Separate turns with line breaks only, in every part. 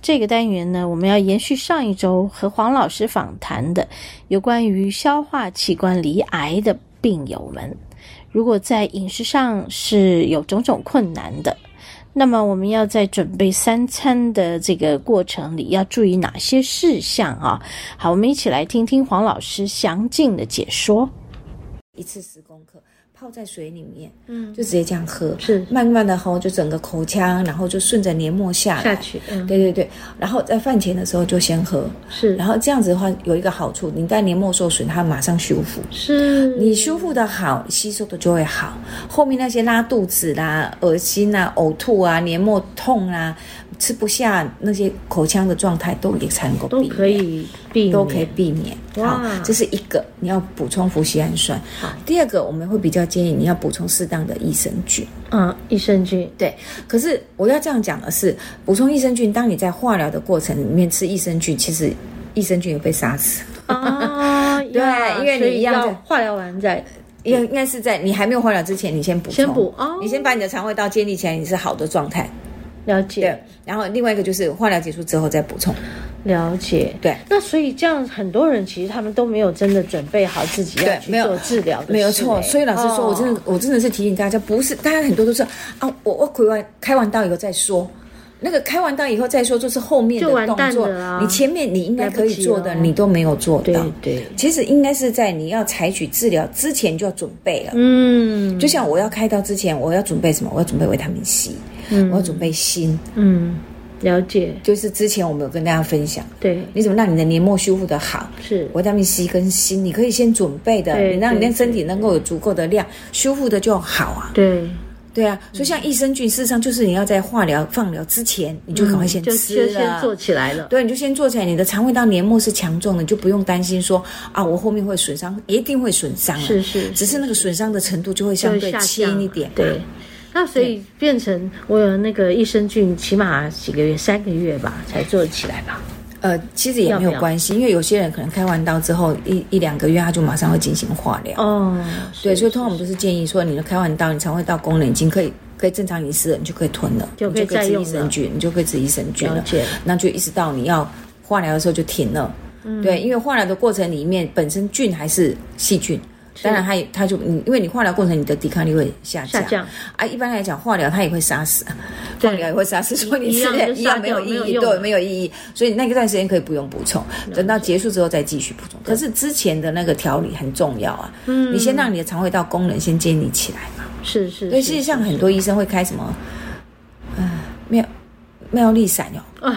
这个单元呢，我们要延续上一周和黄老师访谈的有关于消化器官离癌的病友们，如果在饮食上是有种种困难的，那么我们要在准备三餐的这个过程里要注意哪些事项啊？好，我们一起来听听黄老师详尽的解说。
一次十公克，泡在水里面，
嗯
就直接这样喝，
是
慢慢的吼，就整个口腔，然后就顺着黏膜下来。
去，嗯，
对对对，然后在饭前的时候就先喝，
是
然后这样子的话有一个好处，你在黏膜受损，它马上修复。
是
你修复的好，吸收的就会好。后面那些拉肚子啦、恶心啊、呕吐啊、黏膜痛啊、吃不下那些口腔的状态，都也才能够避
都
免
可以避免，
都可以避免。好
哇，哦
这是一个你要补充氟西氨酸。第二个我们会比较建议你要补充适当的益生菌。
嗯，益生菌
对，可是我要这样讲的是，补充益生菌，当你在化疗的过程里面吃益生菌，其实益生菌也被杀死。
啊，
对
呀
因为你
所以
一样
要
在
化疗完再
应应该是在你还没有化疗之前，你先补充
先补哦
你先把你的肠胃道建立起来，你是好的状态。
了
对
解，
然后另外一个就是化疗结束之后再补充。
了解。
对，
那所以这样，很多人其实他们都没有真的准备好自己要
对
去
没有
做治疗的事、
没有错，
哎
所以老师说，我真的、
哦
我真的是提醒大家，不是大家很多都是啊，我我开完开完刀以后再说，那个开完刀以后再说，就是后面
就完
的动作，
蛋了啊
你前面你应该可以做的，
来不及了
你都没有做到
对。对，
其实应该是在你要采取治疗之前就要准备了。
嗯，
就像我要开刀之前，我要准备什么？我要准备维他命 C，、
嗯
我要准备锌。
嗯，了解，
就是之前我们有跟大家分享，
对，
你怎么让你的黏膜修复的好？
是
维他命 C 跟锌，你可以先准备的，
对
你让你
对
的身体能够有足够的量，修复的就好啊。
对，
对啊，
嗯
所以像益生菌，事实上就是你要在化疗、放疗之前，你就赶快先
嗯就
吃
就
了。
先做起来了。
对，你就先做起来，你的肠胃道黏膜是强壮的，你就不用担心说啊，我后面会损伤，一定会损伤啊。
是是
只是那个损伤的程度就会相对
就下降
轻一点。啊
对，那所以变成我有那个益生菌，起码几个月，三个月吧，才做起来吧。
呃，其实也没
要
有
不要
关系，因为有些人可能开完刀之后一一两个月，他就马上会进行化疗。
哦，
对，
是
所以通常我们都是建议说，你的开完刀，你肠胃道功能已经可以可以正常饮食了，你就可以吞了，
就可以
你就可
再
以吃
用
益生菌，你就可以吃益生菌
了
了
解。
那就一直到你要化疗的时候就停了。
嗯
对，因为化疗的过程里面本身菌还是细菌，当然它也它就你因为你化疗过程你的抵抗力会下
下
降
降，
啊，一般来讲化疗它也会杀死，
对
化疗也会杀死，所以你
一
吃
样就
的
杀
一样没有
掉
意
没有
义，
用
对，
了
没有意义，所以那段时间可以不用补充，等到结束之后再继续补充。可是之前的那个调理很重要啊，
嗯
你先让你的肠胃道功能先建立起来嘛。
是是，
所以
是
事实上，很多医生会开什么，呃，妙妙丽散哦，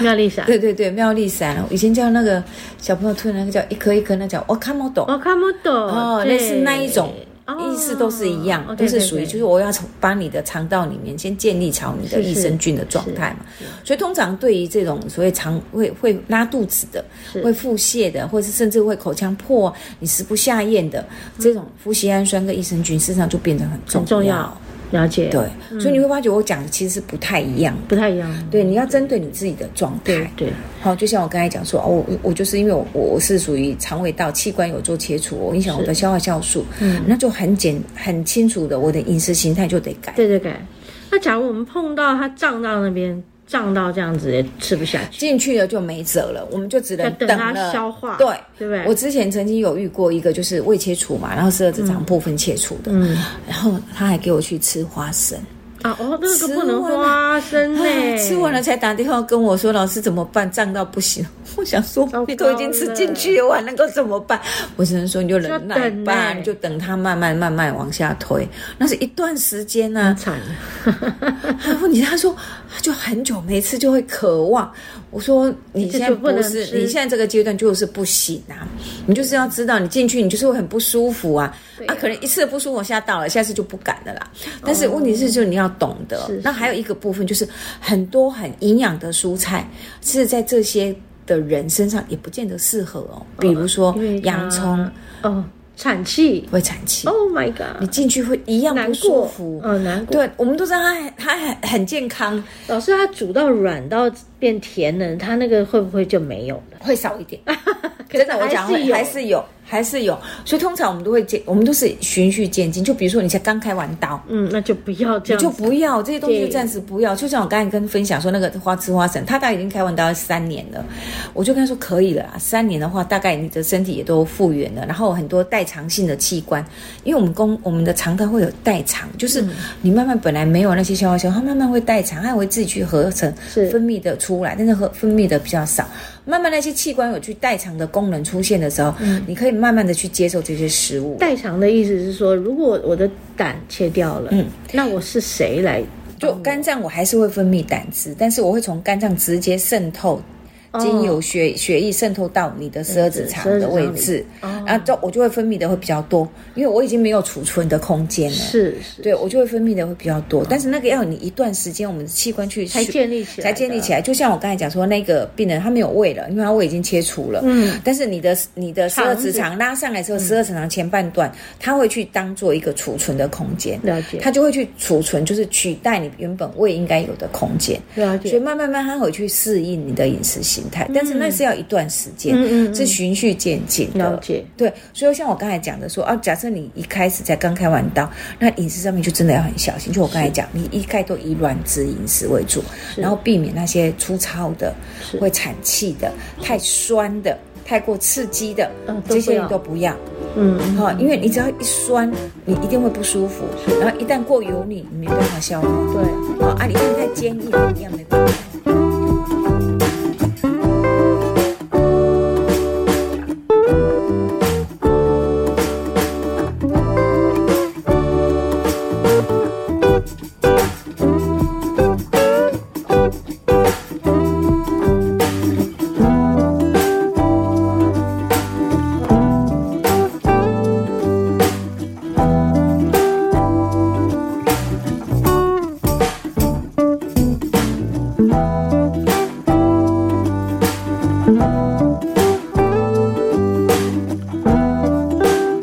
妙丽莎，
对对对，妙丽散哦，以前叫那个小朋友吞的那个叫一颗一颗，那叫哦 o k a m o d o
我看不懂
哦，类似那一种。
哦
意思都是一样，都是属于就是
是
我要从把你的肠道里面先建立好你的
是
益生菌的状态嘛，所以通常对于这种所谓肠会会拉肚子的、
是
会腹泻的，或是甚至会口腔破、你食不下咽的这种氟西氨酸跟益生菌，事实上就变得很
嗯
重
很重要，嗯了解，
对，，所以你会发觉我讲的其实是不太一样的。
不太一样，
对，你要针对你自己的状态。
嗯对，
好，就像我刚才讲说，哦，我我就是因为我我我是属于肠胃道器官有做切除，哦我影响我的消化酵素，
嗯
那就很简很清楚的，我的饮食形态就得改。
对对对。那假如我们碰到它胀到那边，胀到这样子也吃不下去，
进去了就没辙了，我们就只能
要等它
哎了
消化
对，
对不对
我之前曾经有遇过一个，就是胃切除嘛，然后十二指肠部分切除的，
嗯
然后他还给我去吃花生，
啊，哦，那个
吃
不能
完了
花生呢，
啊吃完了 才打电话跟我说：“老师怎么办？胀到不行。” 我想说
糟糕，
你都已经吃进去了，我还能够怎么办？我只能说你就忍耐
就等
吧，
欸
你就等它慢慢慢慢往下推。那是一段时间啊呢、
很惨，
然后你他说就很久没吃就会渴望。我说你现在
就不
不
能
是
吃
你现在这个阶段就是不行啊，你就是要知道你进去你就是会很不舒服啊
对
啊
啊
可能一次不舒服吓到了，下次就不敢了啦。但是问题是就是你要懂得
是，
那还有一个部分就是很多很营养的蔬菜是在这些。的人身上也不见得适合哦。比如说
嗯因为它
洋葱
哦，产气
会产气，
，Oh my
你
god，
进去会一样
难
不舒
过
服。
哦，难过。
对，我们都知道它它很很健康，
老师，它煮到软到变甜了，它那个会不会就没有了？
会少一点。真的，我讲
还是
会
有
还是有，还是有。所以通常我们都会渐，我们都是循序渐进。就比如说，你才刚开完刀，
嗯，那就不要这样子，
就不要这些东西，
对
就暂时不要。就像我刚才跟分享说，那个花痴花神，他大概已经开完刀三年了，我就跟他说可以了啊，三年的话，大概你的身体也都复原了，然后很多代偿性的器官，因为我们宫我们的肠道会有代偿，
嗯
就是你慢慢本来没有那些消化酵素，它慢慢会代偿，它会自己去合成
是
分泌的出来，但是合分泌的比较少。慢慢那些器官有去代偿的功能出现的时候，
嗯
你可以慢慢的去接受这些食物。
代偿的意思是说，如果我的胆切掉了，
嗯，
那我是谁来
就肝脏我还是会分泌胆汁，但是我会从肝脏直接渗透。
哦
经由血血液渗透到你的十二指肠
嗯
的位置，
哦
然后就我就会分泌的会比较多，因为我已经没有储存的空间了。
是是
对，我就会分泌的会比较多，但是那个要你一段时间，我们的器官去
才
修
建立起来的
才建立起来。就像我刚才讲说，那个病人他没有胃了，因为他胃已经切除了。
嗯，
但是你的你的十二
肠子嗯
指肠拉上来之后，十二指肠前半段，它会去当做一个储存的空间，
了解
它就会去储存，就是取代你原本胃应该有的空间。
了
所以
解，嗯
慢慢慢，它会去适应你的饮食形态，但是那是要一段时间，
嗯嗯嗯
是循序渐进的。
了解，
对，所以像我刚才讲的说啊，假设你一开始才刚开完刀，那饮食上面就真的要很小心。就我刚才讲，你一概都以软质饮食为主，然后避免那些粗糙的、
是
会产气的、太酸的、太过刺激的，
嗯都
这些
不要
都不要
嗯，嗯
哈、因为你只要一酸，你一定会不舒服，然后一旦过油腻，你没办法消化。
对。
哦，啊，你看太坚硬了一样没关系。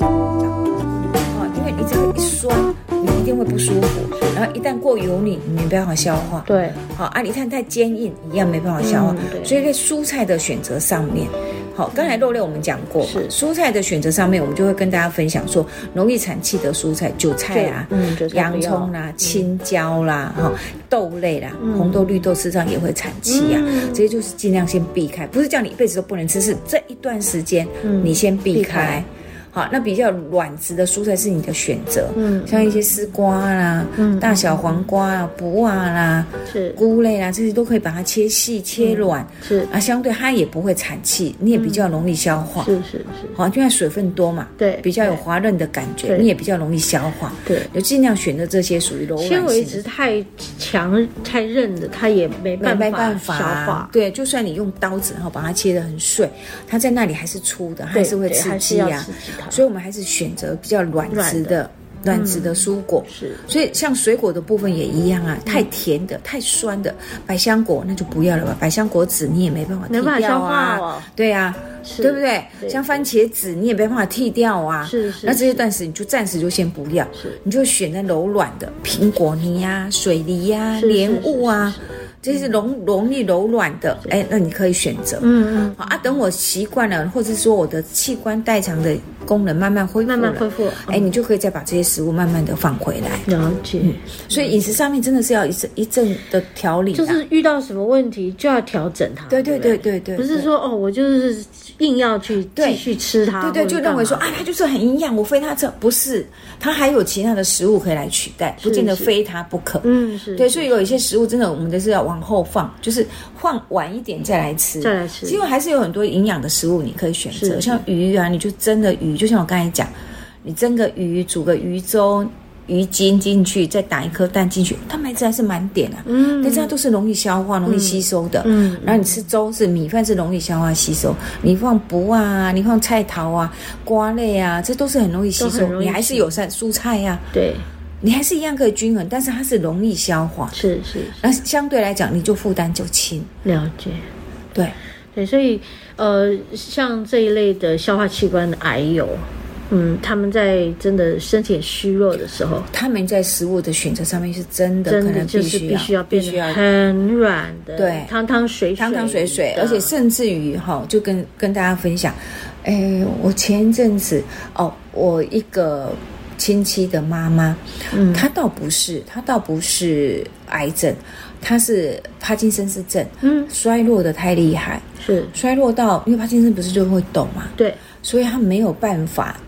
哦，因为你只要一酸，你一定会不舒服，然后一旦过油腻，你没办法消化。
对，
好啊，你看太坚硬一样没办法消化，
嗯对
所以在蔬菜的选择上面。好，刚才肉类我们讲过嘛，
是
蔬菜的选择上面，我们就会跟大家分享说，容易产气的蔬菜，韭菜啊，
对嗯韭菜
洋
不要
葱啊啦、青椒啦、哈、豆类啦、红豆、绿豆，事实上也会产气啊，
嗯
这些就是尽量先避开，不是叫你一辈子都不能吃，是这一段时间
嗯
你先避
避
开。
开
好，那比较软质的蔬菜是你的选择，
嗯
像一些丝瓜啦、
嗯
大小黄瓜啊、卜啊啦、
是
菇类啊啦，这些都可以把它切细、切软、
是
啊，相对它也不会产气，你也比较容易消化。
是是是，
好，因为水分多嘛，
嗯对
比较有滑润的感觉，
对
你也比较容易消化。
对
就尽量选择这些属于柔软性
纤
的。
维质太强太韧的，它也没
没
办
没办
消
法，啊
化。
对，就算你用刀子然后把它切得很碎，它在那里还是粗的，还是会
对
刺
还是
激
要
啊
刺激它。
所以我们还是选择比较软质
软
的、软质的蔬果。
是
所以像水果的部分也一样啊，
嗯
太甜的、太酸的，百香果那就不要了吧。百香果籽你也没办法
没
剔
办法
掉
消化
啊，
哦
对啊，
是
对不对？
对
像番茄籽你也没办法剔掉啊。
是是
那这些
是
段时你就暂时就先不要，
是
你就选择柔软的苹果泥啊、水梨呀、
是是
莲雾啊
是。
这是容容易柔软的，哎，那你可以选择。
嗯
好啊，等我习惯了，或者说我的器官代偿的功能慢慢
嗯，
恢复
慢慢
了
恢复。
哎，你就可以再把这些食物慢慢的放回来。
了解，
嗯所以饮食上面真的是要一阵一阵的调理啦，啊
就是遇到什么问题就要调整它。
对
对
对
不
对对对，
不是
对。
说哦，我就是硬要去
对
继续吃它，
对对，
或者
就认为说
干嘛
啊，它就是很营养，我非它这不是，它还有其他的食物可以来取代，不见得
是
非它不可。
嗯是，
对，
是
所以有一些食物真的，我们都是要往后放，就是放晚一点再来吃，
再来吃
因为还是有很多营养的食物你可以选择，
是
像鱼啊，你就蒸的鱼，就像我刚才讲，你蒸个鱼，煮个鱼粥。鱼筋进去，再打一颗蛋进去，蛋白质还是满点啊。嗯，但是它都是容易消化、容易吸收的。
嗯
然后你吃粥是米饭是容易消化吸收，你放卜啊，你放菜桃啊、瓜类啊，这都是很容易吸
都
收
很。容易
你还
吸
是有善蔬菜呀、
对
你还是一样可以均衡，但是它是容易消化。
是是是
那相对来讲，你就负担就轻。
了解。
对，
对，所以呃，像这一类的消化器官的癌友，嗯，他们在真的身体很虚弱的时候，
他们在食物的选择上面是真的，
真
可
的
能
就
必
是
须
必须要变
必须
得
要
很软的，
对
汤汤水水，
汤汤水水，
的
而且甚至于哈，就跟跟大家分享，哎，我前一阵子哦，我一个亲戚的妈妈，
嗯
她倒不是，她倒不是癌症，她是帕金森氏症，
嗯
衰落的太厉害，
是，
衰落到因为帕金森不是就会抖嘛，
对，
所以她没有办法，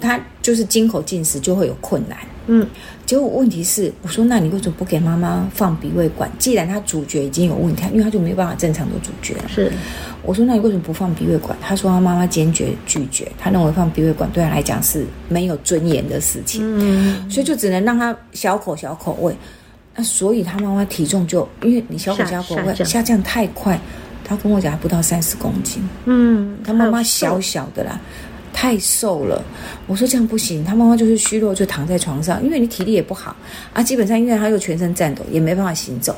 她就是金口进食就会有困难。
嗯
结果问题是，我说那你为什么不给妈妈放鼻胃管？既然她主角已经有问题，因为她就没办法正常的主角了。
是，
我说那你为什么不放鼻胃管？她说她妈妈坚决拒绝，她认为放鼻胃管对她来讲是没有尊严的事情，
嗯，
所以就只能让她小口小口喂。那所以她妈妈体重就因为你小口
下
小口
下
喂
降
下降太快，她跟我讲还不到三十公斤。
嗯，
他妈妈
还
小
有瘦，
小的啦，太瘦了。我说这样不行，他妈妈就是虚弱，就躺在床上，因为你体力也不好啊。基本上因为他又全身颤抖，也没办法行走。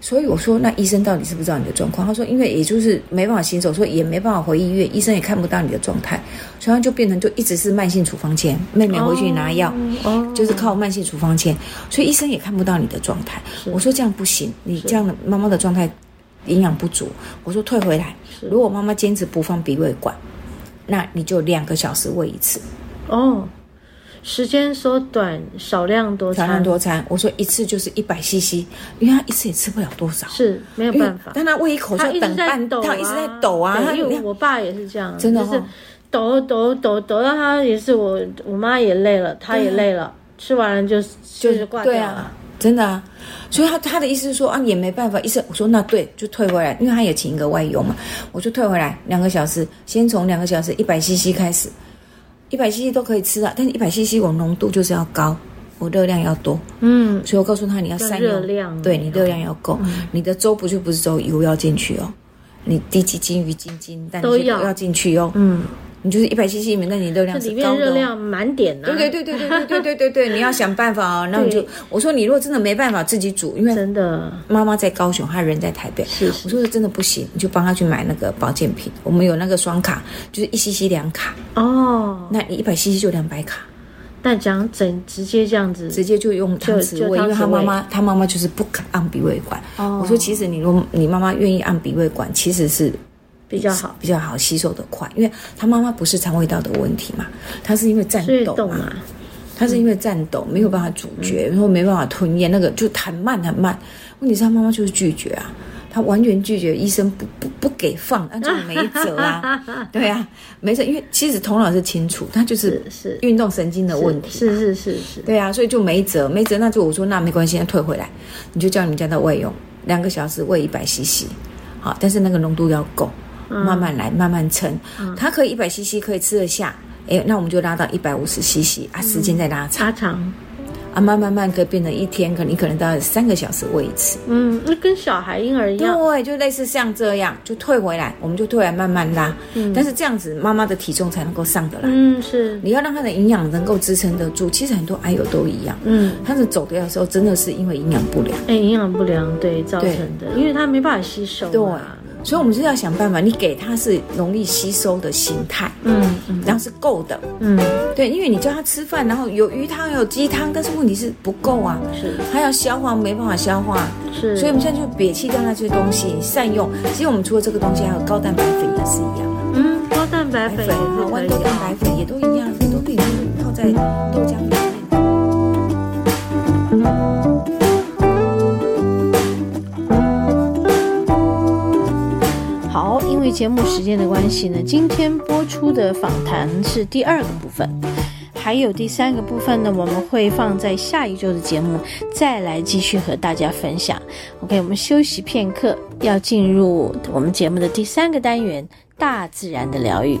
所以我说，那医生到底知不知道你的状况？他说，因为也就是没办法行走，所以也没办法回医院，医生也看不到你的状态，所以他就变成就一直是慢性处方签，妹妹回去拿药，
哦，
就是靠慢性处方签，所以医生也看不到你的状态。我说这样不行，你这样的妈妈的状态营养不足，我说退回来。如果妈妈坚持不放鼻胃管，那你就两个小时喂一次，
哦，时间缩短，少量多
少
餐，
量多餐。我说一次就是一百 CC，因为她一次也吃不了多少，
是没有
因为
办法，
但她喂一口就
他一直
等
在
半，
抖、啊，
她一直在抖啊，
对
她
因为
你
我爸也是这样，
真的
就是
哦
抖抖抖抖到他也是我我妈也累了，他也累了，吃完了就就是挂掉
啊对
了。
啊，真的啊。所以他他的意思是说啊，也没办法。医生我说那对，就退回来，因为他也请一个外佣嘛，我就退回来两个小时，先从两个小时一百 CC 开始，一百 CC 都可以吃啊，但是一百 CC 我浓度就是要高，我热量要多，
嗯，
所以我告诉他你要善用
要热量嗯
对你热量要够，你的粥不就不是粥，油要进去哦。你低鸡精、鱼精精，但
都
你
要
要进去哦。
嗯，
你就是一百 CC 里面，但你热量
这
是
里
高
面
的、哦。
热量满点呢、啊。
对对对对对对对对对，你要想办法哦。那你就
对
我说你如果真的没办法自己煮，因为
真的
妈妈在高雄，她人在台北，
是
我
是
说真的不行，你就帮她去买那个保健品。我们有那个双卡，就是一 cc 两卡，
哦，
那你一百 cc 就两百卡，
但讲整直接这样子，
直接就用汤匙
就就
喂，因为
汤匙
她
喂
妈妈她妈妈就是不肯按鼻胃管。
哦
我说其实你如果你妈妈愿意按鼻胃管，其实是
比较好，
比较好吸收的快，因为她妈妈不是肠胃道的问题嘛，她是因为战
所以
斗
懂
嘛
啊。。
他是因为战斗没有办法咀
嗯
嚼，然后没办法吞咽，那个就很慢很慢。问题是他妈妈就是拒绝啊，他完全拒绝，医生不不不给放，那就没辙 啊。对啊，没辙，因为其实童老师清楚，他就是
是
运动神经的问题。啊
是是是是，
对啊，所以就没辙，没辙，那就我说那没关系，那退回来，你就叫你们家的外佣两个小时喂一百 CC，好，但是那个浓度要够，
嗯
慢慢来，慢慢撑，它可以一百 CC 可以吃得下，哎，那我们就拉到一百五十 CC
嗯
啊，时间再拉长、
插肠，
啊，慢慢慢可以变成一天，可能你可能到三个小时喂一次，
嗯，那跟小孩婴儿一样，
对，啊就类似像这样，就退回来，我们就退回来慢慢拉，但是这样子妈妈的体重才能够上得来，
嗯，是，
你要让她的营养能够支撑得住，其实很多癌友都一样，
嗯。
他是走掉的时候真的是因为营养不良。
哎、营养不良对造成的，因为它没办法吸收
对
嘛。，
所以我们就是要想办法，你给他是容易吸收的形态，
嗯嗯
然后是够的，
嗯，
对，因为你叫他吃饭，然后有鱼汤有鸡汤，但是问题是不够啊，
是
他要消化没办法消化，
是，
所以我们现在就摒弃掉那些东西，善用。其实我们除了这个东西，还有高蛋白粉也是一样，
嗯，高蛋白
白
粉
粉
也
啊
是、可
豌
以
豆蛋白
的。
粉也都一样，很多可以泡在豆浆里面。
好，因为节目时间的关系呢，今天播出的访谈是第二个部分，还有第三个部分呢，我们会放在下一周的节目再来继续和大家分享。OK，我们休息片刻，要进入我们节目的第三个单元——大自然的疗愈。